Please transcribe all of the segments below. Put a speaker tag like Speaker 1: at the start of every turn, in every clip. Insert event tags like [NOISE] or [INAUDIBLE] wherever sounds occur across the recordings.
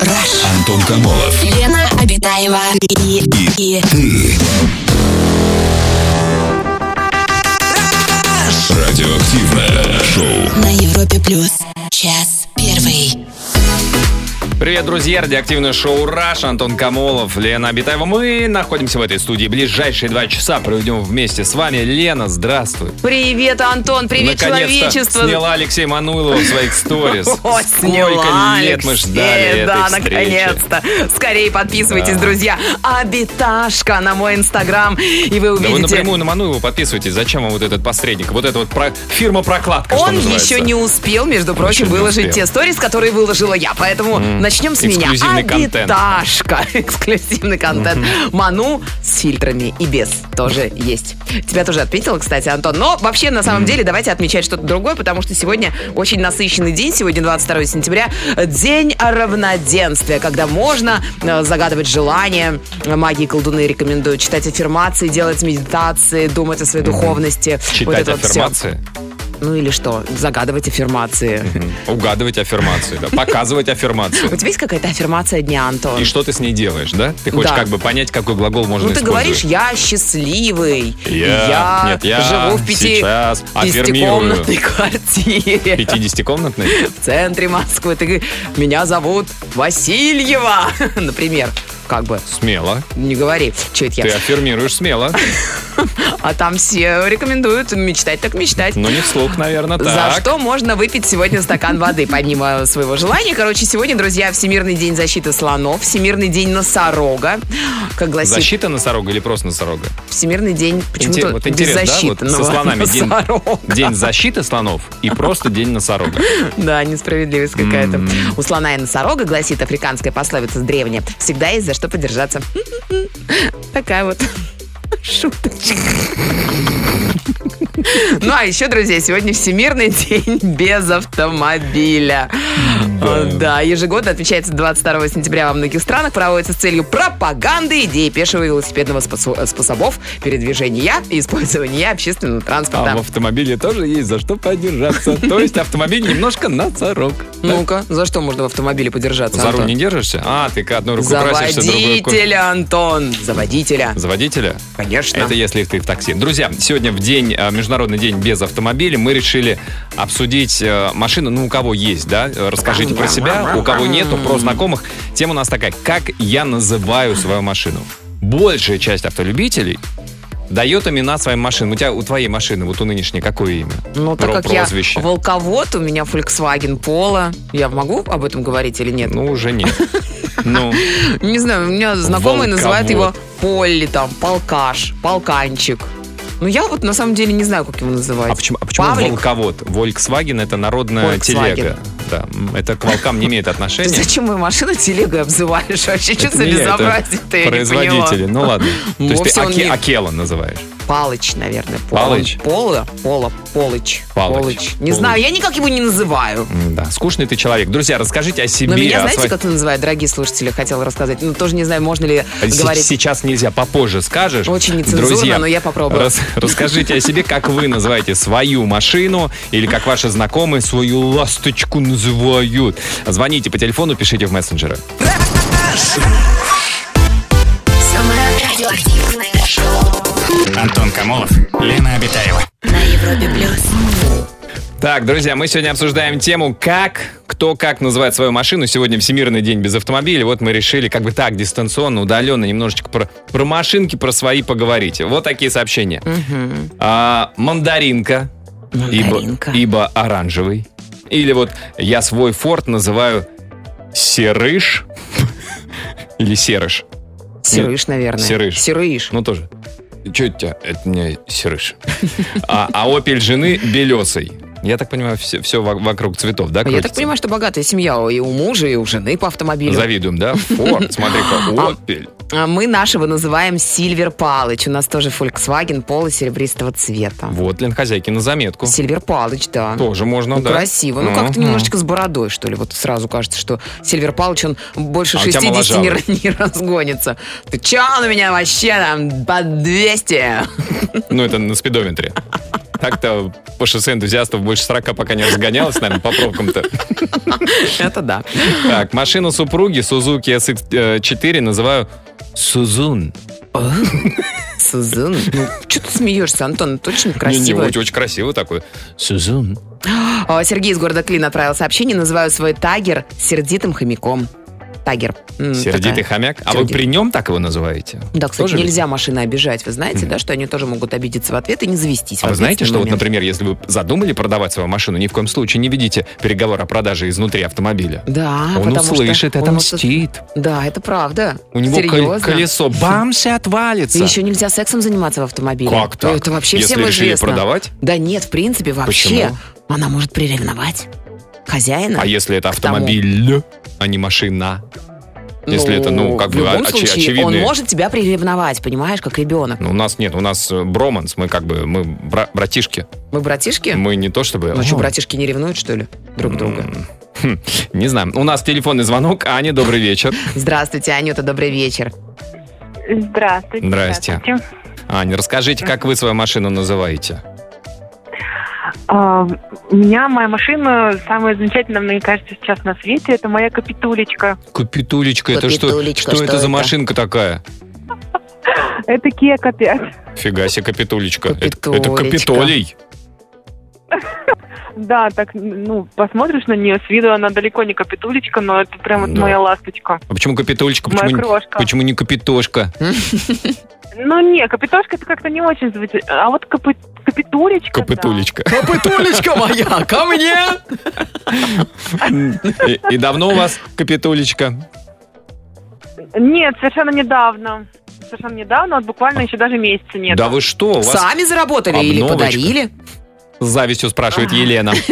Speaker 1: Rush.
Speaker 2: Антон Камолов
Speaker 1: Лена Обитаева и, и, и
Speaker 2: ты. Радиоактивное шоу.
Speaker 1: на Европе плюс час первый.
Speaker 3: Привет, друзья! Радиоактивное шоу «Раш», Антон Камолов, Лена Абитаева. Мы находимся в этой студии. Ближайшие два часа проведем вместе с вами. Лена, здравствуй!
Speaker 4: Привет, Антон, привет,
Speaker 3: Наконец-то
Speaker 4: человечество.
Speaker 3: сняла Алексей Мануилова в своих
Speaker 4: [LAUGHS]
Speaker 3: сторис.
Speaker 4: О,
Speaker 3: Сколько
Speaker 4: сняла,
Speaker 3: лет мы
Speaker 4: Алексей,
Speaker 3: ждали
Speaker 4: Да,
Speaker 3: этой встречи.
Speaker 4: наконец-то. Скорее подписывайтесь,
Speaker 3: Да.
Speaker 4: друзья. Обиташка на мой инстаграм. И вы
Speaker 3: Да вы
Speaker 4: увидите...
Speaker 3: напрямую на Мануилова подписывайтесь. Зачем вам вот этот посредник? Вот это вот про- фирма-прокладка, что
Speaker 4: он
Speaker 3: называется.
Speaker 4: еще не успел, между прочим,
Speaker 3: не
Speaker 4: выложить
Speaker 3: успел.
Speaker 4: те сторис, которые выложила я. Поэтому начнем с меня.
Speaker 3: эксклюзивный контент.
Speaker 4: Обиташка. [LAUGHS] Эксклюзивный контент. Ману с фильтрами и без тоже есть. Тебя тоже отметила, кстати, Антон. Но вообще, на самом деле, давайте отмечать что-то другое, потому что сегодня очень насыщенный день. Сегодня 22 сентября. День равноденствия, когда можно э, загадывать желания. Магии и колдуны рекомендуют читать аффирмации, делать медитации, думать о своей духовности. Вот
Speaker 3: Читать
Speaker 4: это вот всё.
Speaker 3: аффирмации,
Speaker 4: Ну или что? Загадывать аффирмации.
Speaker 3: [LAUGHS] угадывать аффирмации, да, показывать аффирмации.
Speaker 4: [LAUGHS] У тебя есть какая-то аффирмация дня, Антон?
Speaker 3: И что ты с ней делаешь, да? Ты хочешь
Speaker 4: Да.
Speaker 3: как бы понять, какой глагол можно
Speaker 4: Ну, ты
Speaker 3: использовать.
Speaker 4: говоришь, я счастливый,
Speaker 3: Я-
Speaker 4: я,
Speaker 3: нет, я
Speaker 4: живу в пяти,
Speaker 3: сейчас аффирмирую».
Speaker 4: пятикомнатной квартире
Speaker 3: 50-комнатный?
Speaker 4: в центре Москвы. Ты говоришь, меня зовут Васильева, [LAUGHS] например. Как бы,
Speaker 3: Смело.
Speaker 4: не говори, что это
Speaker 3: Ты
Speaker 4: я.
Speaker 3: аффирмируешь смело,
Speaker 4: А там все рекомендуют мечтать так мечтать.
Speaker 3: но не вслух, наверное, так.
Speaker 4: За что можно выпить сегодня стакан воды, помимо своего желания. Короче, сегодня, друзья, Всемирный день защиты слонов, Всемирный день носорога. Как гласит,
Speaker 3: Защита носорога или просто носорога?
Speaker 4: Всемирный день почему-то
Speaker 3: Интер- Вот интересно, да? Вот со
Speaker 4: беззащитного
Speaker 3: слонами день,
Speaker 4: носорога.
Speaker 3: день защиты слонов и просто день носорога.
Speaker 4: Да, несправедливость какая-то. У слона и носорога, гласит африканская пословица древняя, всегда есть за что подержаться. [LAUGHS] Такая вот [LAUGHS] шуточка. [LAUGHS] Ну, а еще, друзья, сегодня Всемирный день [LAUGHS] без автомобиля. Э, Да, ежегодно отмечается 22 сентября во многих странах, проводится с целью пропаганды идеи пешего и велосипедного спосо- способов передвижения и использования общественного транспорта.
Speaker 3: А в автомобиле тоже есть за что подержаться. То есть автомобиль немножко носорог.
Speaker 4: Ну-ка, за что можно в автомобиле подержаться?
Speaker 3: За руль
Speaker 4: Антон?
Speaker 3: не держишься? А, ты одной рукой
Speaker 4: За
Speaker 3: красишься, другой рукой...
Speaker 4: водителя, Антон. За водителя.
Speaker 3: За водителя?
Speaker 4: Конечно.
Speaker 3: Это если ты в такси. Друзья, сегодня в день, э, Международный день без автомобиля, мы решили обсудить э, машины, ну, у кого есть, да? Э, Расскажите про себя, у кого нету, про знакомых. Тема у нас такая, как я называю свою машину? Большая часть автолюбителей дает имена своим машинам. У тебя, у твоей машины, вот у нынешней, какое имя?
Speaker 4: Ну, так
Speaker 3: Про-
Speaker 4: как я
Speaker 3: прозвище.
Speaker 4: волковод, у меня Volkswagen Polo. Я могу об этом говорить или нет?
Speaker 3: Ну, уже
Speaker 4: [LAUGHS]
Speaker 3: нет. Ну,
Speaker 4: Не знаю, у меня знакомые
Speaker 3: Волковод.
Speaker 4: называют его Полли, там, полкаш, полканчик. Ну, я вот на самом деле не знаю, как его называть.
Speaker 3: а почему, а почему
Speaker 4: Павлик?
Speaker 3: волковод? Volkswagen это народная
Speaker 4: Volkswagen.
Speaker 3: телега. Да, м, это к волкам не
Speaker 4: [LAUGHS]
Speaker 3: имеет
Speaker 4: Ты
Speaker 3: отношения.
Speaker 4: [LAUGHS] зачем мою машину телегой обзываешь вообще? Что
Speaker 3: Это
Speaker 4: за
Speaker 3: не я, это
Speaker 4: безобразие ты? Я не
Speaker 3: Производители,
Speaker 4: поняла.
Speaker 3: ну
Speaker 4: [LAUGHS]
Speaker 3: ладно. То есть ты
Speaker 4: Вовсе он
Speaker 3: Аке-
Speaker 4: не-
Speaker 3: Акела называешь.
Speaker 4: Палыч, наверное. Пол.
Speaker 3: Палыч?
Speaker 4: Пола? Пола. Полыч.
Speaker 3: Палыч.
Speaker 4: Не
Speaker 3: Полыч.
Speaker 4: знаю, я никак его не называю.
Speaker 3: М, Да, скучный ты человек. Друзья, расскажите о себе.
Speaker 4: Но меня,
Speaker 3: о
Speaker 4: знаете,
Speaker 3: своих-
Speaker 4: как называют, дорогие слушатели, хотела рассказать. Ну, тоже не знаю, можно ли
Speaker 3: С-
Speaker 4: говорить.
Speaker 3: Сейчас нельзя, попозже скажешь.
Speaker 4: Очень нецензурно,
Speaker 3: Друзья,
Speaker 4: но я попробую.
Speaker 3: рас- [LAUGHS] расскажите о себе, как вы называете свою машину или как ваши знакомые свою ласточку называют. Звоните по телефону, пишите в мессенджеры.
Speaker 1: Самое радиоактивное шоу
Speaker 5: Антон Камолов, Лена Обитаева.
Speaker 1: на Европе плюс.
Speaker 3: Так, друзья, мы сегодня обсуждаем тему, как, кто как называет свою машину. Сегодня Всемирный день без автомобиля. Вот мы решили как бы так, дистанционно, удаленно, немножечко про, про машинки, про свои поговорить. Вот такие сообщения. А, мандаринка, ибо-
Speaker 4: Мандаринка.
Speaker 3: Ибо, оранжевый. Или вот я свой форт называю серыш [LAUGHS] или серыш.
Speaker 4: Серыш, наверное.
Speaker 3: Серыш.
Speaker 4: Серыш.
Speaker 3: Ну тоже. Че это у тебя? Это не серыш. А, а опель жены белесый. Я так понимаю, все, все вокруг цветов, да?
Speaker 4: Я
Speaker 3: крутится?
Speaker 4: так понимаю, что богатая семья и у мужа, и у жены по автомобилю.
Speaker 3: Завидуем,
Speaker 4: [LAUGHS]
Speaker 3: да? Форд, смотри-ка,
Speaker 4: А-
Speaker 3: опель.
Speaker 4: А мы нашего называем Сильвер Палыч. У нас тоже Volkswagen пола серебристого цвета.
Speaker 3: Вот, Лен, хозяйки на заметку.
Speaker 4: Сильвер Палыч, да.
Speaker 3: Тоже можно,
Speaker 4: Ну,
Speaker 3: да.
Speaker 4: красиво. Ну, как-то
Speaker 3: Мгм.
Speaker 4: немножечко с бородой, что ли. Вот сразу кажется, что Сильвер Палыч, он больше
Speaker 3: А у тебя
Speaker 4: 60 не,
Speaker 3: моложавый.
Speaker 4: ра- [LAUGHS] не разгонится. Ты че он у меня вообще там по 200?
Speaker 3: Ну, это на спидометре. Так-то по шоссе энтузиастов больше 40 пора не разгонялось, наверное, по пробкам-то.
Speaker 4: Это да.
Speaker 3: Так, машину супруги Suzuki SX4 называю Сузун.
Speaker 4: Сузун, ну что ты смеешься, Антон? Точно
Speaker 3: Не-не,
Speaker 4: красиво.
Speaker 3: очень, очень красиво такой. Сузун.
Speaker 4: А, Сергей из города Клин отправил сообщение. Называю свой тагер сердитым хомяком. Тагер. М,
Speaker 3: Сердитый
Speaker 4: Ну, такая.
Speaker 3: хомяк. А вы
Speaker 4: Сердитый.
Speaker 3: при нем так его называете? А
Speaker 4: Да, кстати,
Speaker 3: Тоже ведь?
Speaker 4: нельзя машины обижать. Вы знаете, да, что они тоже могут обидеться в ответ и не завестись. в
Speaker 3: А вы знаете,
Speaker 4: ответственный
Speaker 3: что вот,
Speaker 4: момент.
Speaker 3: например, если вы задумали продавать свою машину, ни в коем случае не ведите переговор о продаже изнутри автомобиля.
Speaker 4: Да,
Speaker 3: Он
Speaker 4: А, потому
Speaker 3: услышит,
Speaker 4: что он
Speaker 3: отомстит.
Speaker 4: вот- Да, это правда.
Speaker 3: У него кол-
Speaker 4: Серьезно.
Speaker 3: колесо бамся
Speaker 4: И
Speaker 3: отвалится.
Speaker 4: еще нельзя сексом заниматься в автомобиле.
Speaker 3: Как так?
Speaker 4: Это вообще
Speaker 3: Если
Speaker 4: всем
Speaker 3: решили
Speaker 4: известно.
Speaker 3: продавать?
Speaker 4: Да нет, в принципе, вообще.
Speaker 3: Почему?
Speaker 4: Она может приревновать хозяина.
Speaker 3: А если это
Speaker 4: К тому.
Speaker 3: автомобиль, а не машина? Если это, ну, как
Speaker 4: в
Speaker 3: бы
Speaker 4: любом
Speaker 3: оч-
Speaker 4: случае,
Speaker 3: очевидные-
Speaker 4: он может тебя приревновать, понимаешь, как ребенок.
Speaker 3: Ну, у нас нет, у нас э, броманс, мы как бы, мы бра- братишки.
Speaker 4: Мы братишки?
Speaker 3: Мы не то чтобы...
Speaker 4: Ну что,
Speaker 3: О,
Speaker 4: братишки не ревнуют, что ли, друг друга?
Speaker 3: хм, Не знаю. У нас телефонный звонок. Аня, добрый вечер.
Speaker 4: Здравствуйте, Анюта, добрый вечер.
Speaker 6: Здравствуйте.
Speaker 3: Здрасте.
Speaker 6: здравствуйте.
Speaker 3: Аня, расскажите, как вы свою машину называете?
Speaker 6: А, у меня моя машина самая замечательная, мне кажется, сейчас на свете. Это моя капитулечка.
Speaker 3: Капитулечка, это что?
Speaker 4: Капитулечка,
Speaker 3: Что
Speaker 4: что
Speaker 3: это за
Speaker 4: это?
Speaker 3: машинка такая?
Speaker 6: Это Кия опять.
Speaker 3: Фига себе, капитулечка. Это- Это
Speaker 4: Капитулечка.
Speaker 3: капитолий.
Speaker 6: Да, так, ну, посмотришь на нее, с виду она далеко не капитулечка, но это прям вот
Speaker 3: Да.
Speaker 6: моя ласточка.
Speaker 3: А почему капитулечка?
Speaker 6: Моя
Speaker 3: Почему, не-
Speaker 6: крошка.
Speaker 3: почему не капитошка?
Speaker 6: Ну, не, капитошка это как-то не очень звучит. А вот капы- капитулечка. да.
Speaker 3: Капитулечка.
Speaker 6: [LAUGHS]
Speaker 4: Капитулечка моя, ко мне!
Speaker 3: И и давно у вас капитулечка?
Speaker 6: Нет, совершенно недавно. Совершенно недавно, вот буквально еще даже месяца нет.
Speaker 3: А. Да вы что? У вас
Speaker 4: Сами заработали или
Speaker 3: обновочка.
Speaker 4: подарили?
Speaker 3: с завистью спрашивает Елена.
Speaker 6: [LAUGHS]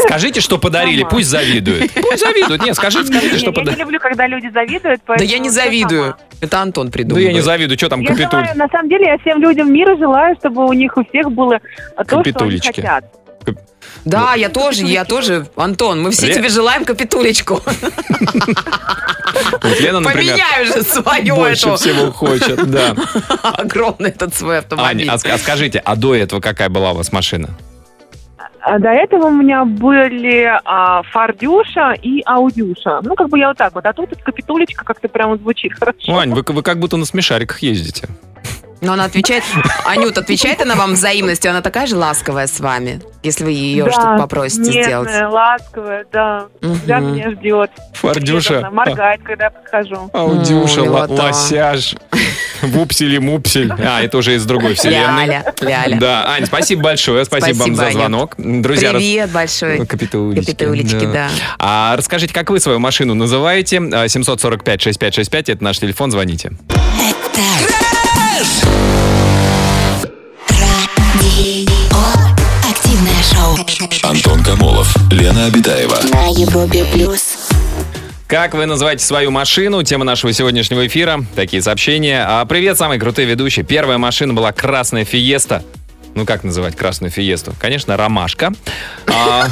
Speaker 3: Скажите, что подарили,
Speaker 6: Сама.
Speaker 3: пусть
Speaker 6: [LAUGHS]
Speaker 3: завидуют. Пусть завидуют. Нет, скажите, скажите,
Speaker 6: Не,
Speaker 3: что
Speaker 6: я не
Speaker 3: подарили.
Speaker 6: люблю, когда люди завидуют.
Speaker 4: Да
Speaker 6: поэтому
Speaker 4: я не
Speaker 6: всё
Speaker 4: завидую.
Speaker 6: сама.
Speaker 4: Это Антон придумал.
Speaker 3: Да Ну, я не завидую, что там
Speaker 6: Я
Speaker 3: капитуль?
Speaker 6: желаю, на самом деле, я всем людям мира желаю, чтобы у них у всех было то, что они
Speaker 3: Капитулечки.
Speaker 6: хотят.
Speaker 4: Да, я тоже, я тоже. Антон, мы все
Speaker 3: Ле-
Speaker 4: тебе желаем капитулечку.
Speaker 3: Вот Лена, например,
Speaker 4: Поменяй уже свою
Speaker 3: больше
Speaker 4: [LAUGHS] эту
Speaker 3: всего хочет. Да.
Speaker 4: [LAUGHS] огромный этот свой автомобиль.
Speaker 3: Аня, а ск- а скажите, а до этого какая была у вас машина?
Speaker 6: А до этого у меня были а, Фардюша и Аудюша. Ну, как бы я вот так вот. А тут вот Капитулечка как-то прямо звучит хорошо.
Speaker 3: Ань, вы, вы как будто на смешариках ездите.
Speaker 4: Но она отвечает, Анют, отвечает она вам взаимностью, она такая же ласковая с вами, если вы ее
Speaker 6: Да,
Speaker 4: что-то попросите
Speaker 6: нежная,
Speaker 4: сделать.
Speaker 6: ласковая, да. Всегда
Speaker 4: Мгм.
Speaker 6: меня ждет.
Speaker 3: Фордюша.
Speaker 6: Она моргает, когда я подхожу.
Speaker 3: Аудюша,
Speaker 4: М,
Speaker 3: ла-
Speaker 4: милота.
Speaker 3: лосяж, вупсели-мупсель. А, это уже из другой вселенной.
Speaker 4: Ляля, ляля.
Speaker 3: Да, Ань, спасибо большое, спасибо вам
Speaker 4: Спасибо,
Speaker 3: за
Speaker 4: Аня.
Speaker 3: звонок. Друзья, рас-
Speaker 4: Привет большой.
Speaker 3: Капитулечки.
Speaker 4: Капитулечки, да.
Speaker 3: А расскажите, как вы свою машину называете? А, 745-6565, это наш телефон, звоните.
Speaker 1: Это радио. Активное шоу
Speaker 2: Антон Камолов, Лена Обитаева.
Speaker 1: на Европе плюс.
Speaker 3: Как вы называете свою машину? Тема нашего сегодняшнего эфира. Такие сообщения. А, привет, самые крутые ведущие. Первая машина была красная Фиеста. Ну, как называть красную фиесту? Конечно, ромашка. А,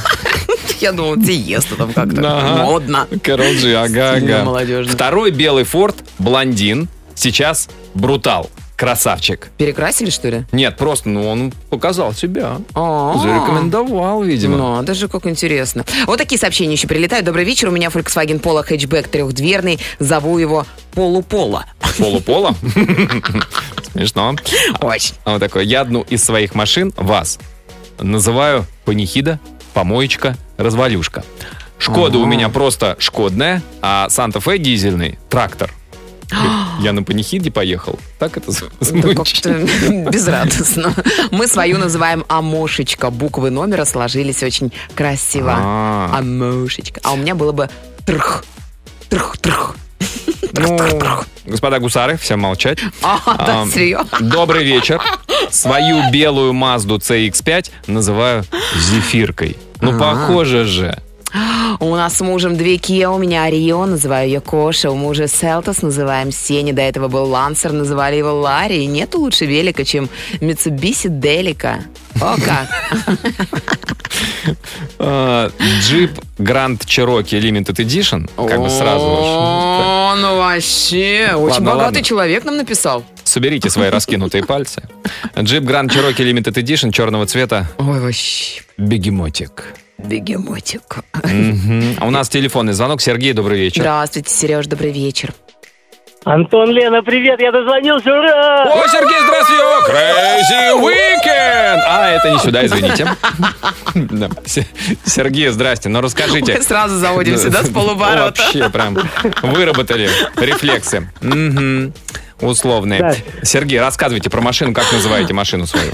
Speaker 4: Я думал, диеста там как-то
Speaker 3: Ага.
Speaker 4: модно.
Speaker 3: Карл Джи, ага,
Speaker 4: Стильно,
Speaker 3: ага.
Speaker 4: молодежно.
Speaker 3: Второй белый форт, блондин. Сейчас брутал. Красавчик.
Speaker 4: Перекрасили, что ли?
Speaker 3: Нет, просто, ну, он показал себя.
Speaker 4: А-а-а.
Speaker 3: Зарекомендовал, видимо.
Speaker 4: Ну, даже как интересно. Вот такие сообщения еще прилетают. Добрый вечер, у меня Volkswagen Polo хэтчбэк трехдверный. Зову его Полуполо.
Speaker 3: Полупола. [LAUGHS] Смешно.
Speaker 4: Очень.
Speaker 3: А Вот такой. Я одну из своих машин, вас, называю панихида, помоечка, развалюшка. Шкода у
Speaker 4: Ага.
Speaker 3: меня просто шкодная, а Санта-Фе дизельный, трактор. Я на панихиде поехал. Так это зв-
Speaker 4: Это
Speaker 3: звучит.
Speaker 4: как-то [LAUGHS] безрадостно. Мы свою называем Амошечка. Буквы номера сложились очень красиво.
Speaker 3: А,
Speaker 4: Амошечка. А у меня было бы трх. Трх-трх.
Speaker 3: ну, Господа гусары, всем молчать.
Speaker 4: А, да,
Speaker 3: Ам.
Speaker 4: серьезно?
Speaker 3: Добрый
Speaker 4: [LAUGHS]
Speaker 3: вечер. Свою белую Мазду CX-5 называю зефиркой. Ну, похоже же.
Speaker 4: У нас с мужем две Kia, у меня Орион, называю ее Коша, у мужа Селтос, называем Сеня, до этого был Лансер, называли его Ларри, и нету лучше велика, чем Mitsubishi Делика. О как!
Speaker 3: Э, Джип Grand Cherokee Limited Edition. Как бы сразу. уж.
Speaker 4: О, ну вообще, очень
Speaker 3: Ладно,
Speaker 4: богатый
Speaker 3: ладно.
Speaker 4: человек нам написал.
Speaker 3: соберите свои
Speaker 4: [LAUGHS]
Speaker 3: раскинутые пальцы. Джип Grand Cherokee Limited Edition черного цвета.
Speaker 4: Ой, вообще.
Speaker 3: Бегемотик.
Speaker 4: Бегемотик.
Speaker 3: Мгм. А у нас телефонный звонок. Сергей, добрый вечер.
Speaker 4: Здравствуйте, Сереж, добрый вечер.
Speaker 7: Антон, Лена, привет, я дозвонился, ура!
Speaker 3: О, Сергей, здравствуйте! О, Crazy Weekend! А, это не сюда, извините.
Speaker 4: [LAUGHS]
Speaker 3: Да. Се- Сергей, здрасте. Но расскажите.
Speaker 4: Мы [LAUGHS] сразу заводимся, да, с полуборота?
Speaker 3: Вообще прям выработали рефлексы. Мгм.
Speaker 7: Да.
Speaker 3: Условные. Сергей, рассказывайте про машину. Как называете машину свою?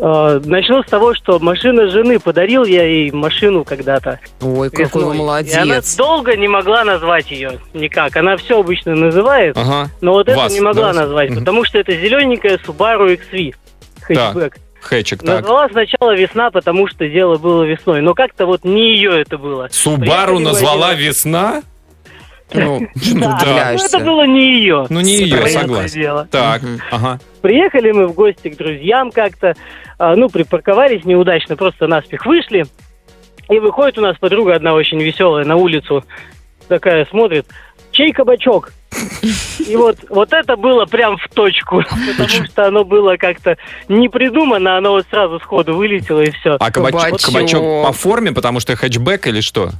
Speaker 7: Э, Начну с того, что машина жены, подарил я ей машину когда-то.
Speaker 4: Ой, какой вы
Speaker 7: весной. И она
Speaker 4: ну, молодец.
Speaker 7: долго не могла назвать ее никак. Она все обычно называет,
Speaker 3: Ага.
Speaker 7: но вот
Speaker 3: А, Вас,
Speaker 7: это не могла
Speaker 3: да?
Speaker 7: назвать,
Speaker 3: Мгм.
Speaker 7: потому что это зелененькая Subaru XV.
Speaker 3: Так.
Speaker 7: хэтчбэк.
Speaker 3: Хэтчик, так.
Speaker 7: Назвала сначала весна, потому что дело было весной, но как-то вот не ее это было.
Speaker 3: Субару
Speaker 7: Я
Speaker 3: назвала
Speaker 7: понимаю.
Speaker 3: весна?
Speaker 4: [LAUGHS] Ну,
Speaker 7: Да, но
Speaker 4: удивляешься.
Speaker 7: это было не ее.
Speaker 3: Ну, не ее,
Speaker 7: Понятное
Speaker 3: согласен.
Speaker 7: дело.
Speaker 3: Так,
Speaker 4: Мгм.
Speaker 3: ага.
Speaker 7: Приехали мы в гости к друзьям как-то, а, ну, припарковались неудачно, просто наспех вышли. И выходит у нас подруга одна очень веселая на улицу, такая смотрит, чей кабачок? И вот, вот это было прям в точку, потому что оно было как-то не придумано, оно вот сразу сходу вылетело и все.
Speaker 3: А кабачок,
Speaker 4: Кабачок.
Speaker 3: кабачок по форме, потому что хэтчбэк или что?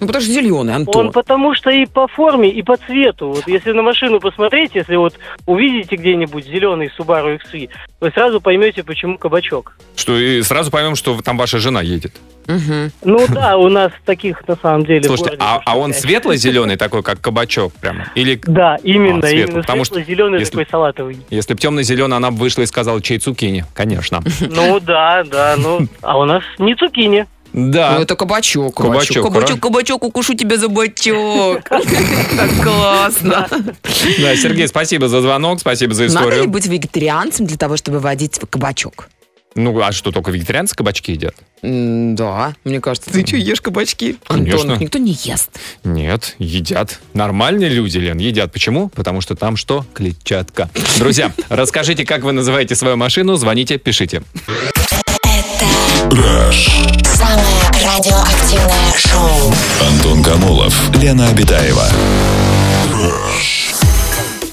Speaker 4: Ну, потому что зеленый,
Speaker 7: Он
Speaker 4: Антон.
Speaker 7: потому что и по форме, и по цвету. Вот если на машину посмотреть, если вот увидите где-нибудь зеленый Subaru XV, вы сразу поймете, почему кабачок.
Speaker 3: Что и сразу поймем, что там ваша жена едет.
Speaker 4: Мгм.
Speaker 7: Ну да, у нас таких на самом деле. в
Speaker 3: Слушайте,
Speaker 7: городе
Speaker 3: а, а он
Speaker 7: пять. [LAUGHS]
Speaker 3: светло-зеленый такой, как кабачок прямо? Или
Speaker 7: Да,
Speaker 3: А,
Speaker 7: именно,
Speaker 3: светлый,
Speaker 7: именно
Speaker 3: потому что
Speaker 7: зеленый
Speaker 3: если-
Speaker 7: такой салатовый.
Speaker 3: [LAUGHS] если бы темно-зеленый, она бы вышла и сказала, чей цукини? Конечно.
Speaker 7: Ну да, да, ну. А у нас не цукини.
Speaker 4: Ну,
Speaker 3: Да.
Speaker 4: это кабачок.
Speaker 3: Кабачок,
Speaker 4: Кабачок, а? кабачок, кабачок, укушу тебя за бочок. Так классно.
Speaker 3: [LAUGHS] Да, Сергей, спасибо за звонок, спасибо за
Speaker 4: Надо ли
Speaker 3: историю.
Speaker 4: быть вегетарианцем для того, чтобы водить кабачок?
Speaker 3: Ну, а что, только вегетарианцы кабачки едят?
Speaker 4: М, Да, мне кажется. Ты что, ешь кабачки? Антон,
Speaker 3: Конечно.
Speaker 4: их никто не ест.
Speaker 3: Нет, едят. Нормальные люди, Лен, едят. Почему? Потому что там что? Клетчатка. Друзья, [LAUGHS] расскажите, как вы называете свою машину, звоните, пишите.
Speaker 1: Самое радиоактивное шоу.
Speaker 2: Антон Камолов, Лена Обитаева.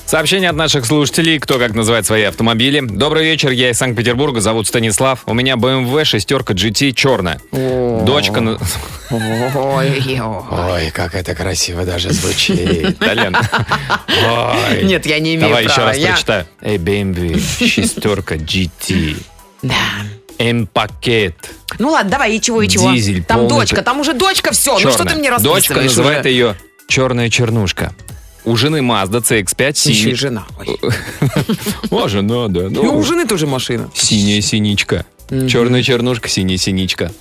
Speaker 3: Сообщение от наших слушателей, кто как называет свои автомобили. Добрый вечер, я из Санкт-Петербурга, зовут Станислав. У меня BMW шестерка GT черная. Дочка... на-
Speaker 4: Ой-ой.
Speaker 3: Ой, как это красиво даже звучит. Да, Лен? Ой.
Speaker 4: Нет, я не имею
Speaker 3: Давай еще
Speaker 4: права.
Speaker 3: раз
Speaker 4: Я-
Speaker 3: прочитаю. Эй, BMW, шестерка GT,
Speaker 4: Да.
Speaker 3: М-пакет.
Speaker 4: Ну ладно, давай, и чего, и чего.
Speaker 3: Дизель
Speaker 4: Там
Speaker 3: полный
Speaker 4: дочка,
Speaker 3: при-
Speaker 4: там уже дочка, все. Ну что
Speaker 3: Чёрная.
Speaker 4: ты мне расписываешь?
Speaker 3: Дочка называет
Speaker 4: уже?
Speaker 3: ее черная чернушка. У жены Mazda CX-5
Speaker 4: Еще и
Speaker 3: синий.
Speaker 4: жена. Ой.
Speaker 3: О, жена, да.
Speaker 4: И у жены тоже машина.
Speaker 3: Синяя синичка. Черная чернушка, синяя синичка.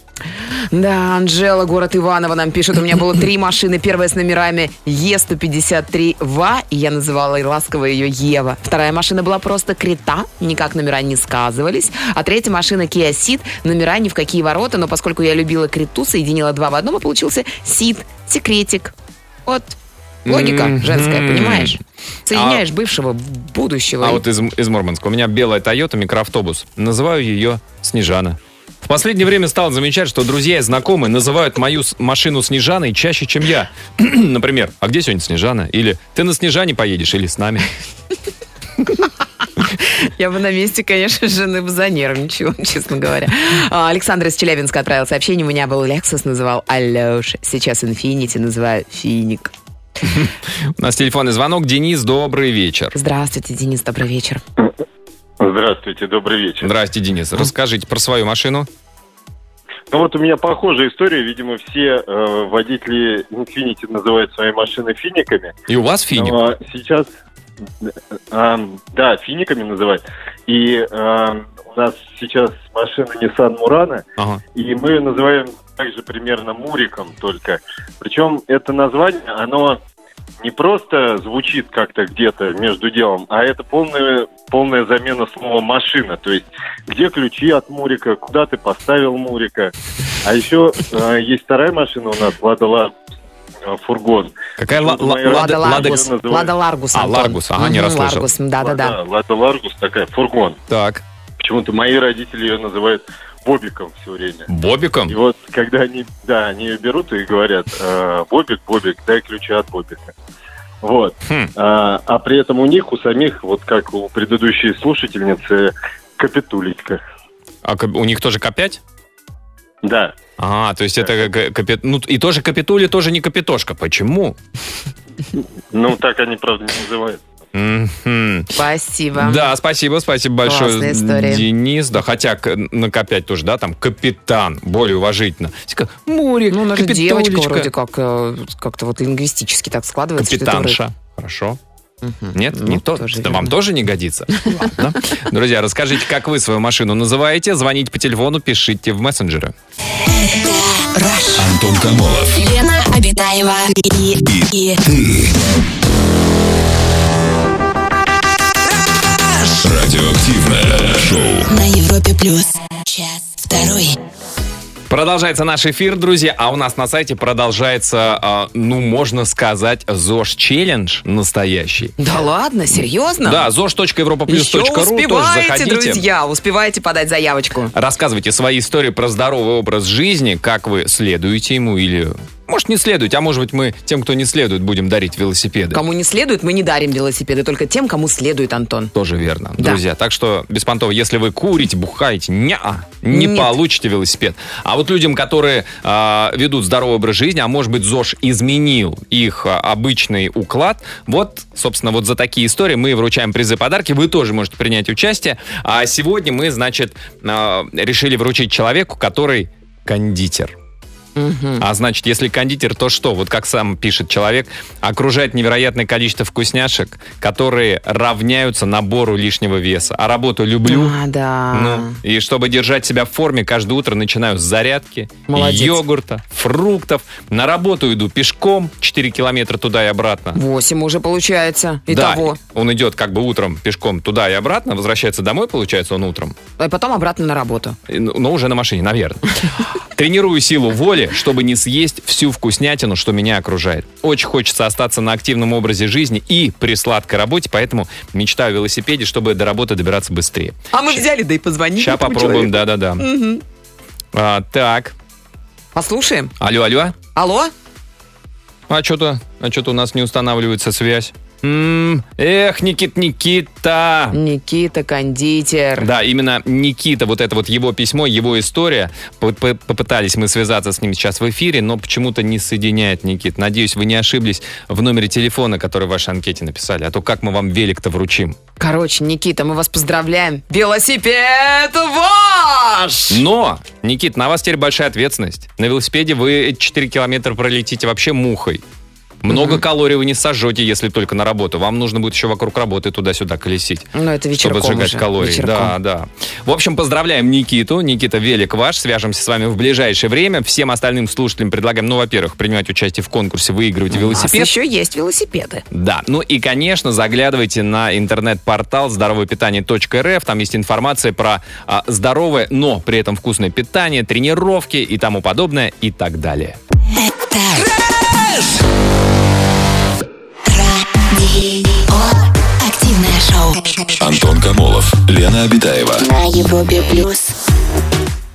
Speaker 4: Да, Анжела, город Иваново нам пишет. У меня было три машины. Первая с номерами Е153ВА, и я называла и ласково ее Ева. Вторая машина была просто Крета, никак номера не сказывались. А третья машина Kia Ceed, номера ни в какие ворота, но поскольку я любила Криту, соединила два в одном, и получился Сид, секретик. Вот логика
Speaker 3: Мгм.
Speaker 4: женская, понимаешь? Соединяешь бывшего, будущего.
Speaker 3: А
Speaker 4: И-
Speaker 3: вот из, из Мурманска. У меня белая Toyota микроавтобус. Называю ее Снежана. В последнее время стал замечать, что друзья и знакомые называют мою с- машину Снежаной чаще, чем я. [CLEARS THROAT] Например, а где сегодня Снежана? Или ты на Снежане поедешь, или с нами? [LAUGHS]
Speaker 4: Я бы на месте, конечно, жены бы занервничала, [LAUGHS] честно говоря. А, Александр из Челябинска отправил сообщение. У меня был Lexus, называл Алеша. Сейчас Infinity называю Финик.
Speaker 3: У нас телефонный звонок. Денис, добрый вечер.
Speaker 4: Здравствуйте, Денис, добрый вечер.
Speaker 8: Здравствуйте, добрый вечер.
Speaker 3: Здрасте, Денис. Расскажите про свою машину.
Speaker 8: Ну вот у меня похожая история. Видимо, все э, водители Infinity называют свои машины финиками.
Speaker 3: И у вас финик?
Speaker 8: Но сейчас... э, э, да, финиками называют. И э, у нас сейчас машина Nissan Murano,
Speaker 3: Ага.
Speaker 8: и мы ее называем также примерно Муриком только. Причем это название, оно не просто звучит как-то где-то между делом, а это полная, полная замена слова «машина». То есть где ключи от Мурика, куда ты поставил Мурика. А еще э, есть вторая машина у нас, Лада Ла- э, фургон.
Speaker 3: Какая ла- ла-
Speaker 8: Моя
Speaker 3: лада?
Speaker 4: Лада
Speaker 8: Ладекс
Speaker 3: Ладекс?
Speaker 8: её
Speaker 4: Ларгус.
Speaker 8: называют.
Speaker 4: Лада Ларгус,
Speaker 3: А,
Speaker 4: Антон.
Speaker 3: Ларгус, ага, не
Speaker 4: Мгм,
Speaker 3: расслышал.
Speaker 4: Ларгус, да-да-да.
Speaker 8: Лада- Лада Ларгус такая, фургон.
Speaker 3: Так.
Speaker 8: Почему-то мои родители ее называют Бобиком все время.
Speaker 3: Бобиком?
Speaker 8: И вот когда они, да, они ее берут и говорят, э, Бобик, Бобик, дай ключи от Бобика. Вот.
Speaker 3: Хм.
Speaker 8: А, а при этом у них, у самих, вот как у предыдущей слушательницы, капитулечка.
Speaker 3: А кап- у них тоже К5?
Speaker 8: Да.
Speaker 3: А, то есть это как капит... Ну, и тоже капитули, тоже не капитошка. Почему?
Speaker 8: Ну, так они, правда, не называют.
Speaker 3: Мгм.
Speaker 4: Спасибо.
Speaker 3: Да, спасибо, спасибо
Speaker 4: Классная
Speaker 3: большое,
Speaker 4: история.
Speaker 3: Денис. Да, хотя к- на К5 тоже, да, там капитан, более уважительно. Типа, Мурик,
Speaker 4: Ну, она же
Speaker 3: капитулечка,
Speaker 4: девочка вроде как, э, как-то вот лингвистически так складывается. что это
Speaker 3: Капитанша. Хорошо.
Speaker 4: вроде- Мгм.
Speaker 3: Нет,
Speaker 4: Ну,
Speaker 3: не то.
Speaker 4: тоже
Speaker 3: Это
Speaker 4: верно.
Speaker 3: вам тоже не годится. Ладно. Друзья, расскажите, как вы свою машину называете. Звоните по телефону, пишите в мессенджеры.
Speaker 2: Антон Камолов.
Speaker 1: Лена Обитаева и, и, и
Speaker 2: Радиоактивное шоу.
Speaker 1: на Европе плюс. Час второй.
Speaker 3: Продолжается наш эфир, друзья, а у нас на сайте продолжается, а, ну, можно сказать, ЗОЖ-челлендж настоящий.
Speaker 4: Да ладно, серьезно?
Speaker 3: Да, zosh.europaplus.ru
Speaker 4: Еще
Speaker 3: тоже
Speaker 4: успеваете,
Speaker 3: заходите.
Speaker 4: друзья, успеваете подать заявочку.
Speaker 3: Рассказывайте свои истории про здоровый образ жизни, как вы следуете ему или... Может, не следуете, а может быть, мы тем, кто не следует, будем дарить велосипеды.
Speaker 4: Кому не следует, мы не дарим велосипеды, только тем, кому следует, Антон.
Speaker 3: Тоже верно,
Speaker 4: Да.
Speaker 3: друзья. Так что, беспонтово, если вы курите, бухаете, неа, не
Speaker 4: Нет.
Speaker 3: получите велосипед. А вот людям, которые а, ведут здоровый образ жизни, а может быть, ЗОЖ изменил их а, обычный уклад, вот, собственно, вот за такие истории мы вручаем призы подарки. Вы тоже можете принять участие. А сегодня мы, значит, а, решили вручить человеку, который кондитер.
Speaker 4: Мгм.
Speaker 3: А значит, если кондитер, то что? Вот как сам пишет человек, окружает невероятное количество вкусняшек, которые равняются набору лишнего веса. А работу люблю.
Speaker 4: А, да.
Speaker 3: Ну, и чтобы держать себя в форме, каждое утро начинаю с зарядки,
Speaker 4: Молодец.
Speaker 3: йогурта, фруктов. На работу иду пешком 4 километра туда и обратно.
Speaker 4: Восемь уже получается.
Speaker 3: да,
Speaker 4: Итого.
Speaker 3: он идет как бы утром пешком туда и обратно, возвращается домой, получается, он утром.
Speaker 4: А потом обратно на работу.
Speaker 3: И, ну, Но уже на машине, наверное. Тренирую силу воли, чтобы не съесть всю вкуснятину, что меня окружает. Очень хочется остаться на активном образе жизни и при сладкой работе, поэтому мечтаю о велосипеде, чтобы до работы добираться быстрее.
Speaker 4: А мы взяли, да и позвонили.
Speaker 3: Сейчас
Speaker 4: этому
Speaker 3: попробуем,
Speaker 4: человеку.
Speaker 3: да-да-да.
Speaker 4: Мгм.
Speaker 3: А, так,
Speaker 4: Послушаем.
Speaker 3: алло, алло.
Speaker 4: Алло?
Speaker 3: А что-то, а что-то у нас не устанавливается связь. М, эх, Никит, Никита.
Speaker 4: Никита, кондитер.
Speaker 3: Да, именно Никита, вот это вот его письмо, его история. П- п- Попытались мы связаться с ним сейчас в эфире, но почему-то не соединяет Никит. Надеюсь, вы не ошиблись в номере телефона, который в вашей анкете написали. А то как мы вам велик-то вручим?
Speaker 4: Короче, Никита, мы вас поздравляем. Велосипед ваш!
Speaker 3: Но, Никит, на вас теперь большая ответственность. На велосипеде вы эти 4 километра пролетите вообще мухой. Много калорий вы не сожжете, если только на работу. Вам нужно будет еще вокруг работы туда-сюда колесить.
Speaker 4: Ну, это вечерком
Speaker 3: чтобы сжигать
Speaker 4: уже.
Speaker 3: калории.
Speaker 4: Вечерком.
Speaker 3: Да,
Speaker 4: А
Speaker 3: да. В общем, поздравляем Никиту. Никита Велик ваш. Свяжемся с вами в ближайшее время. Всем остальным слушателям предлагаем, ну, во-первых, принимать участие в конкурсе, выигрывать
Speaker 4: У нас
Speaker 3: велосипед.
Speaker 4: еще есть велосипеды.
Speaker 3: Да. Ну и, конечно, заглядывайте на интернет-портал здоровопитание.рф. Там есть информация про а, здоровое, но при этом вкусное питание, тренировки и тому подобное и так далее.
Speaker 1: Радио. Активное шоу.
Speaker 2: Антон Камолов. Лена Обитаева.
Speaker 1: На Европе плюс.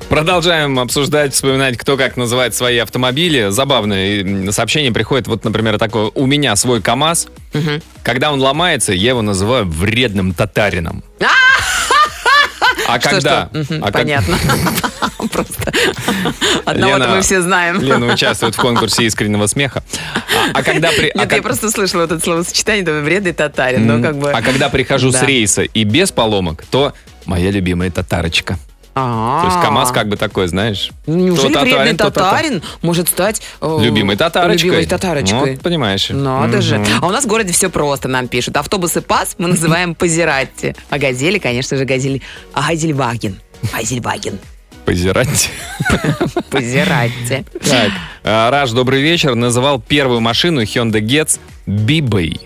Speaker 3: Продолжаем обсуждать, вспоминать, кто как называет свои автомобили. Забавное м, сообщение приходит, вот, например, такое, у меня свой КАМАЗ, когда он ломается, я его называю вредным
Speaker 4: [LAUGHS]
Speaker 3: татарином. А когда?
Speaker 4: Что, что? Мгм,
Speaker 3: а как-
Speaker 4: Понятно. Просто одного-то
Speaker 3: Лена-
Speaker 4: мы все
Speaker 3: [LAUGHS]
Speaker 4: знаем.
Speaker 3: Лена участвует в конкурсе искреннего смеха. А, а когда при- а
Speaker 4: Нет, я
Speaker 3: как-
Speaker 4: просто слышала вот это словосочетание, думаю, вредный татарин, но
Speaker 3: М,
Speaker 4: как бы...
Speaker 3: А когда прихожу с
Speaker 4: Да.
Speaker 3: рейса и без поломок, то моя любимая татарочка.
Speaker 4: А-а-а.
Speaker 3: То есть КАМАЗ как бы такой, знаешь.
Speaker 4: А. Ну, Неужели
Speaker 3: то татарин,
Speaker 4: вредный
Speaker 3: то татар-
Speaker 4: татарин может стать... э,
Speaker 3: Любимой татарочкой.
Speaker 4: Любимой татарочкой.
Speaker 3: Вот, понимаешь.
Speaker 4: Надо же.
Speaker 3: Мгм.
Speaker 4: А у нас в городе все просто, нам пишут. Автобусы ПАС мы
Speaker 3: [LAUGHS]
Speaker 4: называем Позератти. А газели, конечно же, газели... А Газельваген. Газельваген. [LAUGHS]
Speaker 3: Позирать.
Speaker 4: Позератти.
Speaker 3: Так, э, Раш, добрый вечер. Называл первую машину Hyundai Getz Бибой.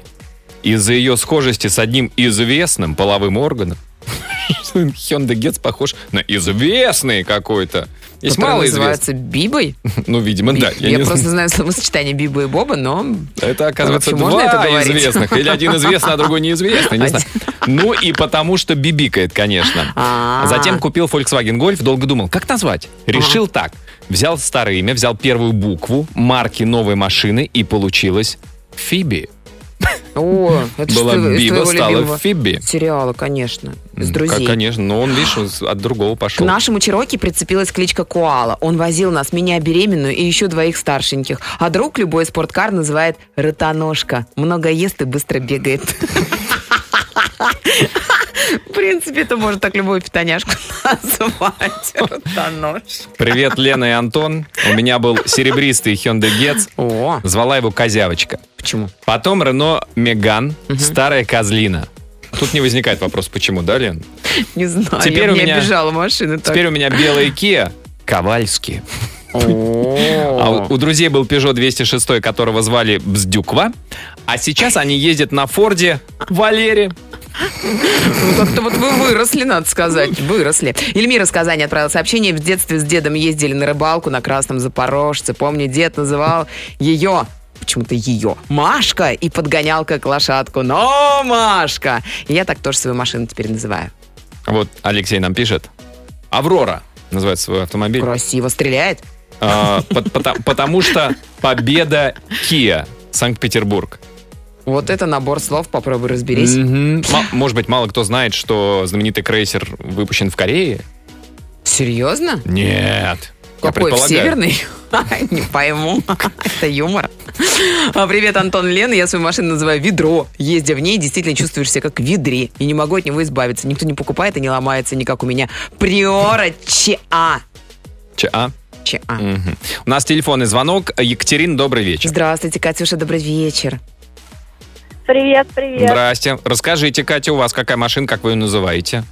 Speaker 3: Из-за ее схожести с одним известным половым органом. [LAUGHS] Hyundai Getz похож на известный какой-то. Есть
Speaker 4: Который
Speaker 3: мало
Speaker 4: называется Бибой.
Speaker 3: Ну, видимо, да.
Speaker 4: Я,
Speaker 3: не
Speaker 4: просто
Speaker 3: знаю.
Speaker 4: знаю словосочетание Биба и Боба, но...
Speaker 3: Это, оказывается,
Speaker 4: Вообще, можно это
Speaker 3: два
Speaker 4: говорить?
Speaker 3: известных. Или один известный, а другой неизвестный. Не знаю. Ну и потому, что бибикает, конечно.
Speaker 4: А.
Speaker 3: Затем купил Volkswagen Golf, долго думал, как назвать. Решил так. Взял старое имя, взял первую букву, марки новой машины, и получилось Фиби.
Speaker 4: О, это
Speaker 3: Была
Speaker 4: что,
Speaker 3: Биба, стала
Speaker 4: любимого
Speaker 3: Фиби.
Speaker 4: сериала, конечно, с
Speaker 3: М,
Speaker 4: друзей.
Speaker 3: как- конечно, но он, видишь, он с- от другого
Speaker 4: К
Speaker 3: пошел.
Speaker 4: нашему Чироки прицепилась кличка Коала. Он возил нас, меня беременную и еще двоих старшеньких. А друг любой спорткар называет Ротоножка. Много ест и быстро бегает. В принципе, это может так любую питоняшку назвать. Ротоножка.
Speaker 3: Привет, Лена и Антон. У меня был серебристый Hyundai Getz.
Speaker 4: О,
Speaker 3: Звала его Козявочка.
Speaker 4: почему?
Speaker 3: Потом Рено Меган, старая козлина. Тут не возникает вопрос, почему, да, Лен?
Speaker 4: Не знаю.
Speaker 3: Теперь
Speaker 4: я
Speaker 3: у
Speaker 4: меня
Speaker 3: меня-
Speaker 4: обижала машина так.
Speaker 3: Теперь у меня белая Kia. Ковальский. А
Speaker 4: О.
Speaker 3: у, у друзей был Peugeot 206, которого звали Бздюква. А сейчас они ездят на Форде Валере.
Speaker 4: Ну, как-то вот вы выросли, надо сказать. Выросли. Эльмира из Казани отправила сообщение. В детстве с дедом ездили на рыбалку на Красном Запорожце. Помню, дед называл ее почему-то ее. Машка и подгонял как лошадку. Но, Машка! И Я так тоже свою машину теперь называю.
Speaker 3: Вот Алексей нам пишет. Аврора называется свой автомобиль.
Speaker 4: Красиво стреляет.
Speaker 3: А, пот- пота- Потому что Победа Kia. Санкт-Петербург.
Speaker 4: Вот это набор слов, попробуй разберись.
Speaker 3: Мгм. Ма- Может быть, мало кто знает, что знаменитый крейсер выпущен в Корее?
Speaker 4: Серьезно?
Speaker 3: Нет. Я
Speaker 4: Какой, в
Speaker 3: предполагаю.
Speaker 4: северный? [LAUGHS] А, Не пойму. Это юмор. А, Привет, Антон Лена. Я свою машину называю ведро. Ездя в ней, действительно чувствуешь себя как в ведре. И не могу от него избавиться. Никто не покупает и не ломается, не как у меня. Приора ЧА.
Speaker 3: Че- а?
Speaker 4: ЧА.
Speaker 3: Мгм. У нас телефонный звонок. Екатерин, добрый вечер.
Speaker 4: Здравствуйте, Катюша, добрый вечер.
Speaker 9: Привет, привет.
Speaker 3: Здрасте. Расскажите, Катя, у вас какая машина, как вы ее называете?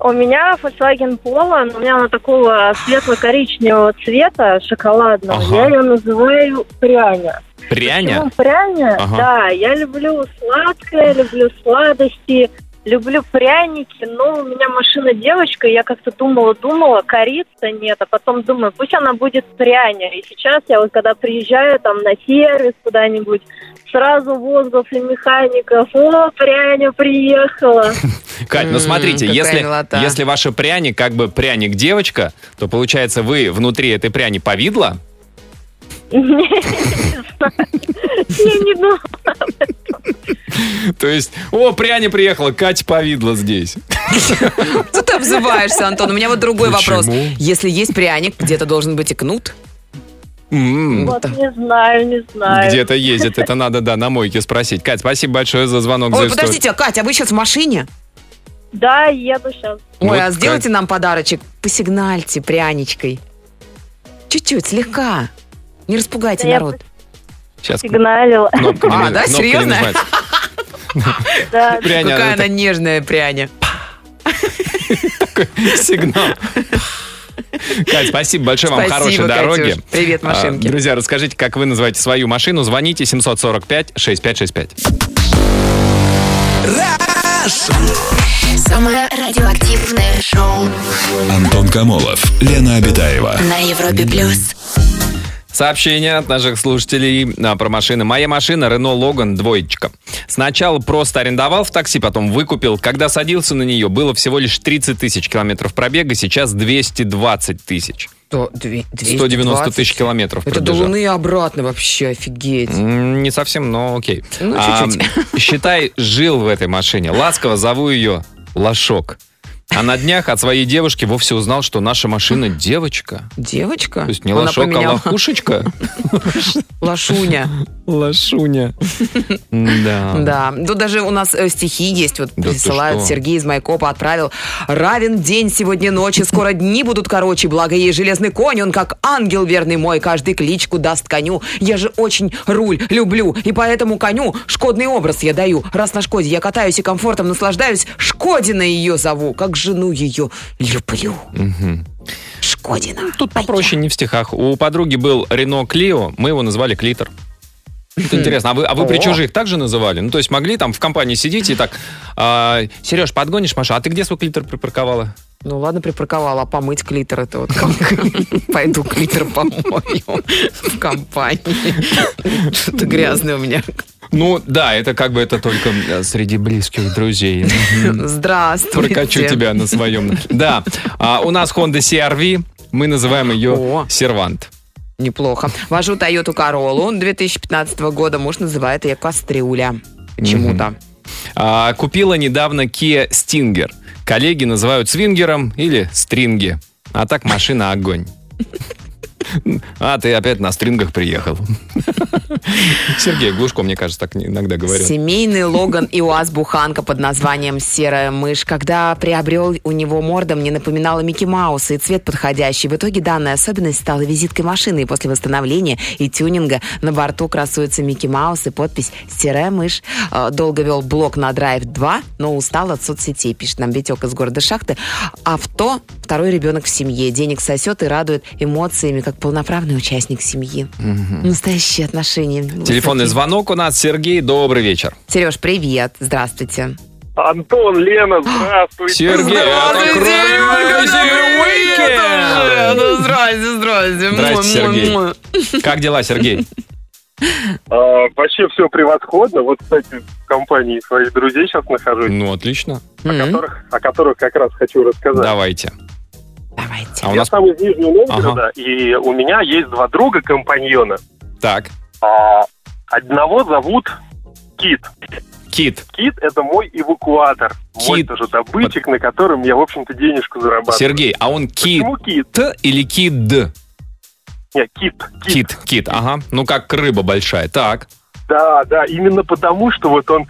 Speaker 9: У меня Volkswagen Polo, но у меня она такого А, светло-коричневого цвета, шоколадного.
Speaker 3: Ага.
Speaker 9: Я ее называю пряня.
Speaker 3: Пряня?
Speaker 9: Почему пряня?
Speaker 3: Ага.
Speaker 9: Да, я люблю сладкое, люблю сладости, люблю пряники, но у меня машина девочка, и я как-то думала-думала, корица нет, а потом думаю, пусть она будет пряня. И сейчас я вот когда приезжаю там на сервис куда-нибудь, сразу возгласы механиков, о, пряня приехала. [LAUGHS]
Speaker 3: Кать, ну
Speaker 4: М,
Speaker 3: смотрите,
Speaker 4: какая
Speaker 3: если,
Speaker 4: милота.
Speaker 3: если ваша пряник как бы пряник-девочка, то получается вы внутри этой пряни повидло, [LAUGHS]
Speaker 9: Не знаю. Я не думала.
Speaker 3: то есть, о, пряня приехала, Катя повидло здесь.
Speaker 4: Что ты обзываешься, Антон? У меня вот другой вопрос. Если есть пряник, где-то должен быть и кнут.
Speaker 3: М,
Speaker 9: Вот не знаю, не знаю.
Speaker 3: Где-то ездит, это надо, да, на мойке спросить. Кать, спасибо большое за звонок, за
Speaker 4: Ой,
Speaker 3: историю.
Speaker 4: подождите, а, Катя, а вы сейчас в машине?
Speaker 9: Да, еду сейчас.
Speaker 4: Ой,
Speaker 3: Вот
Speaker 4: а
Speaker 3: как.
Speaker 4: сделайте нам подарочек. Посигнальте пряничкой. Чуть-чуть, слегка. Не распугайте
Speaker 9: Да я
Speaker 4: народ.
Speaker 3: Сейчас
Speaker 9: Сигналила.
Speaker 3: кнопка не нажимается,
Speaker 4: А, да,
Speaker 3: кнопка не
Speaker 4: серьезно? [LAUGHS]
Speaker 3: нажимается.
Speaker 9: [LAUGHS] Да,
Speaker 3: Пряня, ну,
Speaker 4: Какая
Speaker 3: это
Speaker 4: она нежная пряня.
Speaker 3: такой сигнал. Кать, спасибо большое вам,
Speaker 4: Спасибо,
Speaker 3: хорошей дороги.
Speaker 4: Катюш. Привет, машинки.
Speaker 3: А, Друзья, расскажите, как вы называете свою машину. Звоните 745-6565.
Speaker 1: Самое радиоактивное шоу
Speaker 2: Антон Камолов, Лена Обитаева.
Speaker 1: на Европе плюс.
Speaker 3: Сообщение от наших слушателей а, про машины. Моя машина Renault Logan двоечка. Сначала просто арендовал в такси, потом выкупил. Когда садился на нее, было всего лишь 30 тысяч километров пробега, сейчас 220 тысяч. 190 тысяч километров
Speaker 4: Это до
Speaker 3: пробежал.
Speaker 4: Луны и обратно вообще, офигеть.
Speaker 3: М, Не совсем, но окей.
Speaker 4: Ну,
Speaker 3: А,
Speaker 4: чуть-чуть.
Speaker 3: [LAUGHS] считай, жил в этой машине. Ласково зову ее Лошок. А на днях от своей девушки вовсе узнал, что наша
Speaker 4: [LAUGHS]
Speaker 3: машина девочка.
Speaker 4: Девочка?
Speaker 3: То есть не
Speaker 4: Она
Speaker 3: лошок, а
Speaker 4: поменяла. [LAUGHS]
Speaker 3: лохушечка.
Speaker 4: Лошуня.
Speaker 3: Лошуня. [LAUGHS] Да.
Speaker 4: Да, тут даже у нас э, стихи есть, вот
Speaker 3: Да ты
Speaker 4: присылают,
Speaker 3: что?
Speaker 4: Сергей из Майкопа отправил. Равен день сегодня ночи, скоро дни будут короче, благо ей железный конь, он как ангел верный мой, каждый кличку даст коню. Я же очень руль люблю, и поэтому коню шкодный образ я даю. Раз на Шкоде я катаюсь и комфортом наслаждаюсь, Шкодина ее зову, как жену ее люблю. Шкодина.
Speaker 3: Тут попроще не в стихах. У подруги был Рено Клио, мы его назвали Клитор. Это интересно, а вы, а вы при
Speaker 4: Хм. О.
Speaker 3: чужих также называли? Ну, то есть могли там в компании сидеть и так, Сереж, подгонишь машину, а ты где свой клитор припарковала?
Speaker 4: Ну ладно, припарковала, а помыть клитор это вот как? [LAUGHS] Пойду клитор помою в компании. Что-то грязное у меня.
Speaker 3: Ну да, это как бы это только э, среди близких друзей.
Speaker 4: Здравствуйте.
Speaker 3: Прокачу тебя на своем. Да, А, у нас Honda CRV, мы называем ее
Speaker 4: О.
Speaker 3: Сервант.
Speaker 4: Неплохо. Вожу Toyota Corolla 2015 года, муж называет ее Кастрюля. почему-то.
Speaker 3: А, купила недавно Kia Stinger. Коллеги называют свингером или стринги. А так машина огонь. А, ты опять на стрингах приехал. Сергей Глушко, мне кажется, так иногда говорят.
Speaker 4: Семейный Логан и УАЗ Буханка под названием «Серая мышь». Когда приобрел, у него морда мне напоминала Микки Мауса и цвет подходящий. В итоге данная особенность стала визиткой машины. И после восстановления и тюнинга на борту красуется Микки Маус и подпись «Серая мышь». Э, Долго вел блог на Drive 2, но устал от соцсетей, пишет нам Витек из города Шахты. Авто – второй ребенок в семье. Денег сосет и радует эмоциями, как полноправный участник семьи. Ну, Настоящие отношения.
Speaker 3: Телефонный звонок у нас. Сергей, добрый вечер.
Speaker 4: Сереж, привет. Здравствуйте.
Speaker 10: Антон,
Speaker 3: [GASPS]
Speaker 10: Лена, здравствуйте.
Speaker 3: Сергей, это крутой уикенд!
Speaker 4: Здравствуйте, здравствуйте.
Speaker 3: Здрасте, Сергей. Как дела, Сергей?
Speaker 10: А, вообще все превосходно. Вот, кстати, в компании своих друзей сейчас нахожусь,
Speaker 3: Ну, отлично.
Speaker 4: М,
Speaker 10: которых- о которых как раз хочу рассказать.
Speaker 3: Давайте.
Speaker 4: Давайте.
Speaker 3: А у
Speaker 10: Я
Speaker 3: нас
Speaker 10: сам из Нижнего Новгорода, и у меня есть два друга-компаньона.
Speaker 3: так.
Speaker 10: А, одного зовут Кит.
Speaker 3: Кит,
Speaker 10: Кит – это мой эвакуатор. Мой
Speaker 3: Кит.
Speaker 10: тоже добытчик, на котором я, в общем-то, денежку зарабатываю.
Speaker 3: Сергей, а он кит
Speaker 10: Почему Кит?
Speaker 3: или кид?
Speaker 10: Нет, Кит. Кит.
Speaker 3: Кит, кит, ага. Ну, как рыба большая. Так.
Speaker 10: Да, да, именно потому, что вот он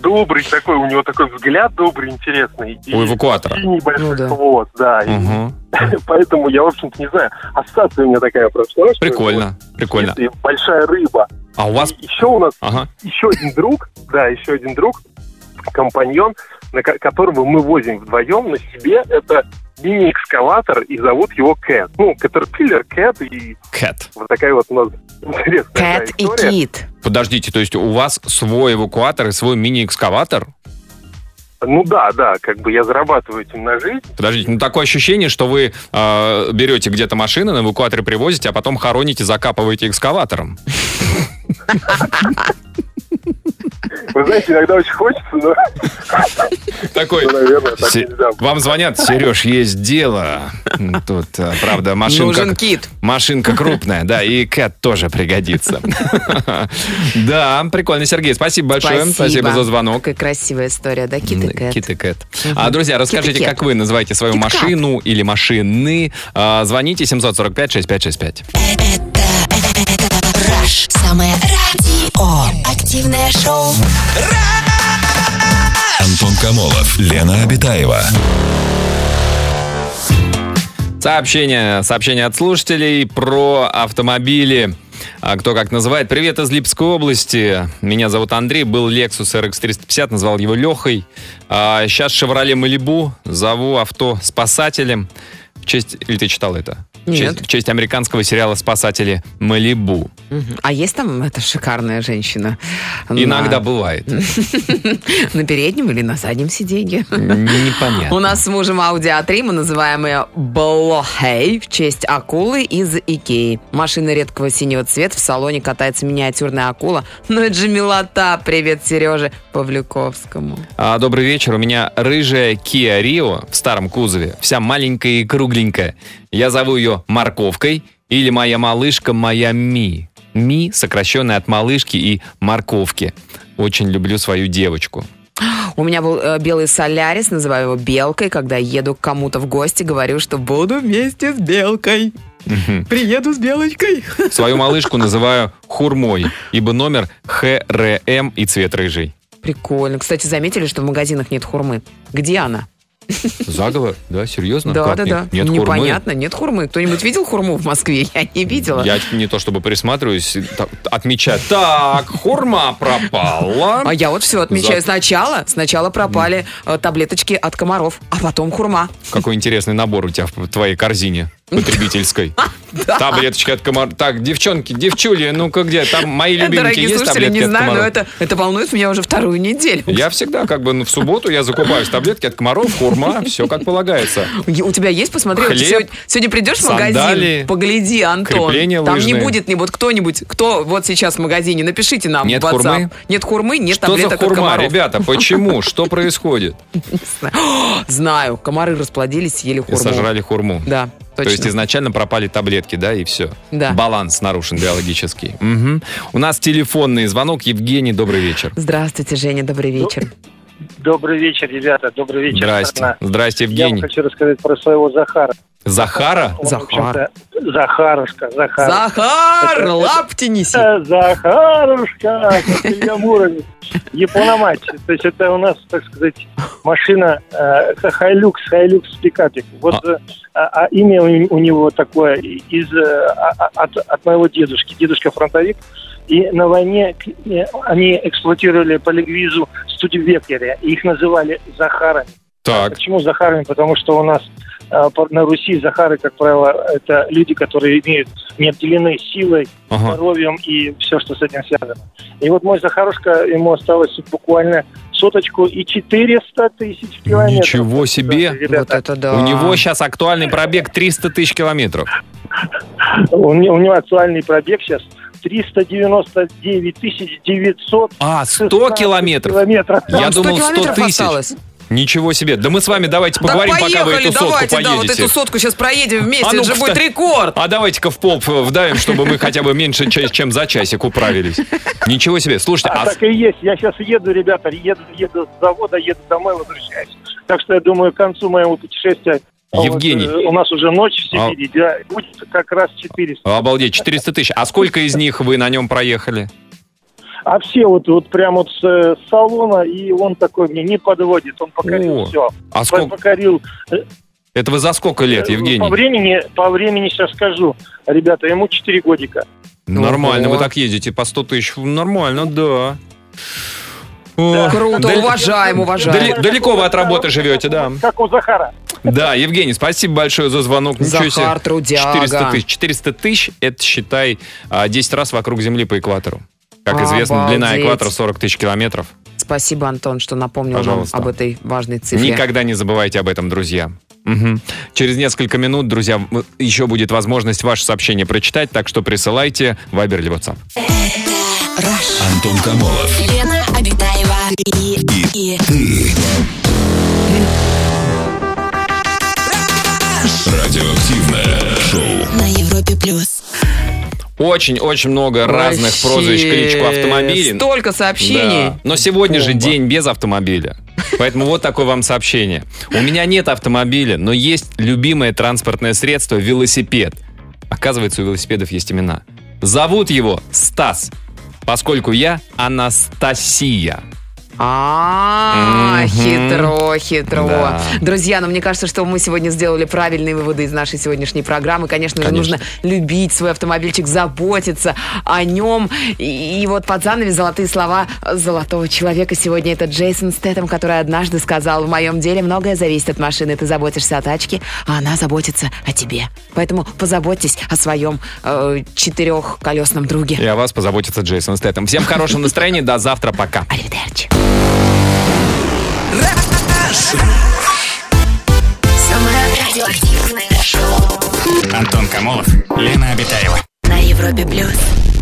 Speaker 10: добрый такой, у него такой взгляд добрый, интересный. И,
Speaker 3: У эвакуатора.
Speaker 10: и небольшой
Speaker 4: Ну да.
Speaker 10: хвост, да. И
Speaker 3: Угу.
Speaker 10: [LAUGHS] поэтому я, в общем-то, не знаю. Ассоциация у меня такая прошла. что
Speaker 3: Прикольно,
Speaker 10: вот
Speaker 3: прикольно.
Speaker 10: Кит и большая рыба.
Speaker 3: А у вас...
Speaker 10: И еще у нас
Speaker 3: Ага.
Speaker 10: еще один друг, да, еще один друг, компаньон, на ко- которого мы возим вдвоем на себе, это мини-экскаватор, и зовут его Кэт. Ну, Катерпиллер, Кэт, и
Speaker 3: Кэт.
Speaker 10: вот такая вот у нас интересная да,
Speaker 4: Кэт и
Speaker 10: история.
Speaker 4: Кит.
Speaker 3: Подождите, то есть у вас свой эвакуатор и свой мини-экскаватор?
Speaker 10: Ну да, да, как бы я зарабатываю этим на жизнь.
Speaker 3: Подождите, ну такое ощущение, что вы э, берете где-то машины, на эвакуаторе привозите, а потом хороните, закапываете экскаватором.
Speaker 10: Вы знаете, иногда очень хочется, но,
Speaker 3: Такой...
Speaker 10: ну, наверное, так
Speaker 3: «Се-
Speaker 10: нельзя.
Speaker 3: Вам звонят, Сереж, есть дело. Тут, э, правда, машинка...
Speaker 4: Нужен Кит. [LAUGHS]
Speaker 3: Машинка крупная, да, и Кэт тоже пригодится. Да, прикольно, Сергей, спасибо большое. Спасибо за звонок.
Speaker 4: Какая красивая история, да, Кит и Кэт?
Speaker 3: Кит и Кэт. А, друзья, расскажите,
Speaker 4: Кит и Кэт.
Speaker 3: как вы называете свою
Speaker 4: Кит-кат.
Speaker 3: машину или машины. А, Звоните 745-6565.
Speaker 1: Раш. Самое радио. Активное шоу.
Speaker 2: Антон Камолов, Лена Обитаева.
Speaker 3: Сообщение, сообщение от слушателей про автомобили. А кто как называет. Привет из Липской области. Меня зовут Андрей. Был Lexus RX350, назвал его Лехой. А сейчас Chevrolet Malibu. Зову авто спасателем. В честь... Или ты читал это? В
Speaker 4: Нет.
Speaker 3: честь- В честь американского сериала «Спасатели Малибу».
Speaker 4: Мгм. А есть там эта шикарная женщина?
Speaker 3: Иногда
Speaker 4: на, [LAUGHS]
Speaker 3: бывает.
Speaker 4: на переднем или на
Speaker 3: [LAUGHS]
Speaker 4: заднем сиденье? У
Speaker 3: Непонятно.
Speaker 4: нас с мужем Audi A3, мы называем ее Блохей в честь акулы из Икеи. Машина редкого синего цвета, в салоне катается миниатюрная акула. Но это же милота! Привет Сереже Павлюковскому.
Speaker 3: А, добрый вечер. У меня рыжая Kia Rio в старом кузове. Вся маленькая и кругленькая. Я зову ее морковкой или моя малышка моя Ми. Ми, сокращенная от малышки и морковки. Очень люблю свою девочку.
Speaker 4: У меня был э, белый солярис, называю его белкой. Когда еду к кому-то в гости, говорю, что буду вместе с белкой.
Speaker 3: Мгм.
Speaker 4: Приеду с белочкой.
Speaker 3: Свою малышку называю хурмой, ибо номер ХРМ и цвет рыжий.
Speaker 4: Прикольно. Кстати, заметили, что в магазинах нет хурмы. Где она?
Speaker 3: Заговор? Да, серьезно?
Speaker 4: да,
Speaker 3: Как
Speaker 4: да,
Speaker 3: нет-
Speaker 4: да.
Speaker 3: Нет хурмы?
Speaker 4: Непонятно, нет хурмы. Кто-нибудь видел хурму в Москве? Я не видела.
Speaker 3: Я не то чтобы присматриваюсь, та- отмечаю. Так, хурма пропала.
Speaker 4: А я вот все отмечаю. Сначала, сначала пропали э, таблеточки от комаров, а потом хурма.
Speaker 3: Какой интересный набор у тебя в твоей корзине
Speaker 4: [LAUGHS]
Speaker 3: потребительской.
Speaker 4: А,
Speaker 3: Таблеточки от комар... Так, девчонки, девчули, ну-ка где? Там мои
Speaker 4: Э,
Speaker 3: любименькие
Speaker 4: Дорогие
Speaker 3: есть
Speaker 4: слушатели,
Speaker 3: таблетки
Speaker 4: не
Speaker 3: от
Speaker 4: знаю, но
Speaker 3: комаров?
Speaker 4: это, это волнует меня уже вторую неделю.
Speaker 3: Я всегда как бы ну, в субботу я закупаюсь таблетки от комаров, хурма, все как полагается.
Speaker 4: Е- У тебя есть, посмотри,
Speaker 3: Хлеб,
Speaker 4: вот сегодня, сегодня придешь в магазин,
Speaker 3: сандалии,
Speaker 4: погляди, Антон,
Speaker 3: крепления
Speaker 4: там не
Speaker 3: лыжные.
Speaker 4: будет ни вот кто-нибудь, кто вот сейчас в магазине, напишите нам
Speaker 3: Нет
Speaker 4: в WhatsApp.
Speaker 3: хурмы?
Speaker 4: Нет хурмы, нет
Speaker 3: Что за
Speaker 4: таблеток от
Speaker 3: хурма,
Speaker 4: комаров.
Speaker 3: ребята? Почему? Что происходит?
Speaker 4: Знаю, комары расплодились, съели
Speaker 3: И
Speaker 4: [LAUGHS] хурму.
Speaker 3: сожрали хурму.
Speaker 4: Да.
Speaker 3: То есть
Speaker 4: Точно.
Speaker 3: изначально пропали таблетки, да, и все.
Speaker 4: Да.
Speaker 3: Баланс нарушен биологический. Мгм. У нас телефонный звонок. Евгений, добрый вечер.
Speaker 4: Здравствуйте, Женя, добрый вечер.
Speaker 11: Добрый вечер, ребята. Добрый вечер.
Speaker 3: Здрасте.
Speaker 11: страна.
Speaker 3: Здрасте,
Speaker 11: Я вам
Speaker 3: Евгений.
Speaker 11: хочу рассказать про своего Захара.
Speaker 3: Захара?
Speaker 11: Он, в
Speaker 4: Захар.
Speaker 11: общем-то, Захарушка, Захар.
Speaker 4: Захар,
Speaker 11: Ну, э, Это-
Speaker 4: лапти неси.
Speaker 11: Э, Захарушка, как Илья Муромец. Япономать. То есть это у нас, так сказать, машина, э, это Хайлюкс, Хайлюкс пикапик. Вот э, а- а имя у у него такое из, э, а- а- от, от моего дедушки. Дедушка фронтовик. И на войне к- э, они эксплуатировали полигвизу студивекеря. И их называли Захарами.
Speaker 3: Так.
Speaker 11: Почему Захарами? Потому что у нас э, по- на Руси Захары, как правило, это люди, которые имеют, не обделены силой,
Speaker 3: Ага.
Speaker 11: здоровьем и все, что с этим связано. И вот мой Захарушка, ему осталось буквально соточку и 400 тысяч километров.
Speaker 3: Ничего себе!
Speaker 11: Да,
Speaker 4: Вот
Speaker 11: Ребята,
Speaker 4: это да.
Speaker 3: У него сейчас актуальный пробег 300 тысяч километров.
Speaker 11: у, не- у него актуальный пробег сейчас 399 тысяч 900
Speaker 3: А, 100 километров?
Speaker 11: километров.
Speaker 3: Я
Speaker 4: Вам 100
Speaker 3: думал, 100
Speaker 4: километров
Speaker 3: тысяч.
Speaker 4: осталось.
Speaker 3: Ничего себе. Да мы с вами давайте
Speaker 4: Да
Speaker 3: поговорим, пока вы
Speaker 4: поехали,
Speaker 3: эту сотку
Speaker 4: давайте, да, вот эту
Speaker 3: поедете.
Speaker 4: сотку сейчас проедем
Speaker 3: А
Speaker 4: вместе,
Speaker 3: ну,
Speaker 4: это же будет
Speaker 3: кстати.
Speaker 4: рекорд.
Speaker 3: А давайте-ка в полп э, вдавим, чтобы мы хотя бы меньше, ча- чем за часик управились. Ничего себе. Слушайте,
Speaker 11: А
Speaker 3: а с-
Speaker 11: так и есть. Я сейчас еду, ребята, еду, еду с завода, еду домой, возвращаюсь. Так что я думаю, к концу моего путешествия вот,
Speaker 3: Евгений.
Speaker 11: э, у нас уже ночь в
Speaker 3: А-
Speaker 11: Сибири, да, будет как раз 400.
Speaker 3: обалдеть, 400 тысяч. А сколько из них вы на нем проехали?
Speaker 11: А все вот, вот прям вот с, э, с салона, и он такой мне не подводит. Он покорил
Speaker 3: О,
Speaker 11: все.
Speaker 3: А сколько?
Speaker 11: Покорил.
Speaker 3: Это вы за сколько лет,
Speaker 11: э, По
Speaker 3: Евгений?
Speaker 11: времени, по времени сейчас скажу. Ребята, ему 4 годика.
Speaker 4: Ну,
Speaker 3: Нормально,
Speaker 4: Ого.
Speaker 3: вы так ездите по 100 тысяч. Ну, Нормально, да.
Speaker 11: Да.
Speaker 3: О,
Speaker 4: Круто,
Speaker 3: дал-
Speaker 4: уважаем, уважаем.
Speaker 3: дали- далеко вы от работы живете, да.
Speaker 11: Как у Захара.
Speaker 3: Да, Евгений, спасибо большое за звонок. Ничего
Speaker 4: Захар
Speaker 3: себе.
Speaker 4: трудяга.
Speaker 3: 400 тысяч. 400 тысяч, это считай а, 10 раз вокруг Земли по экватору. Как известно, длина
Speaker 4: Обалдеть.
Speaker 3: экватора 40 тысяч километров.
Speaker 4: Спасибо, Антон, что напомнил
Speaker 3: Пожалуйста.
Speaker 4: нам об этой важной цифре.
Speaker 3: Никогда не забывайте об этом, друзья. Мгм. Через несколько минут, друзья, м- еще будет возможность ваше сообщение прочитать, так что присылайте Вайбер или WhatsApp.
Speaker 2: Антон Камолов.
Speaker 1: Лена Обитаева и, и
Speaker 2: Радиоактивное шоу.
Speaker 1: на Европе плюс.
Speaker 3: Очень-очень много разных
Speaker 4: Вообще,
Speaker 3: прозвищ, кличку автомобилей.
Speaker 4: Столько сообщений.
Speaker 3: Да. Но сегодня же
Speaker 4: Бомба.
Speaker 3: день без автомобиля. Поэтому вот такое вам сообщение. У меня нет автомобиля, но есть любимое транспортное средство – велосипед. Оказывается, у велосипедов есть имена. Зовут его Стас, поскольку я Анастасия.
Speaker 4: А,
Speaker 3: Мгм.
Speaker 4: хитро, хитро.
Speaker 3: Да.
Speaker 4: Друзья, ну мне кажется, что мы сегодня сделали правильные выводы из нашей сегодняшней программы. Конечно же,
Speaker 3: Конечно.
Speaker 4: нужно любить свой автомобильчик, заботиться о нем. И, и вот под занавес золотые слова золотого человека сегодня это Джейсон Стэттем, который однажды сказал, в моем деле многое зависит от машины. Ты заботишься о тачке, а она заботится о тебе. Поэтому позаботьтесь о своем э, четырехколесном друге.
Speaker 3: И о вас позаботится Джейсон Стэттем. Всем хорошего настроения, до завтра, пока.
Speaker 4: Аривидерчи.
Speaker 1: Самое радиоактивное шоу
Speaker 5: Антон Камолов, Лена Обитаева.
Speaker 1: на Европе плюс.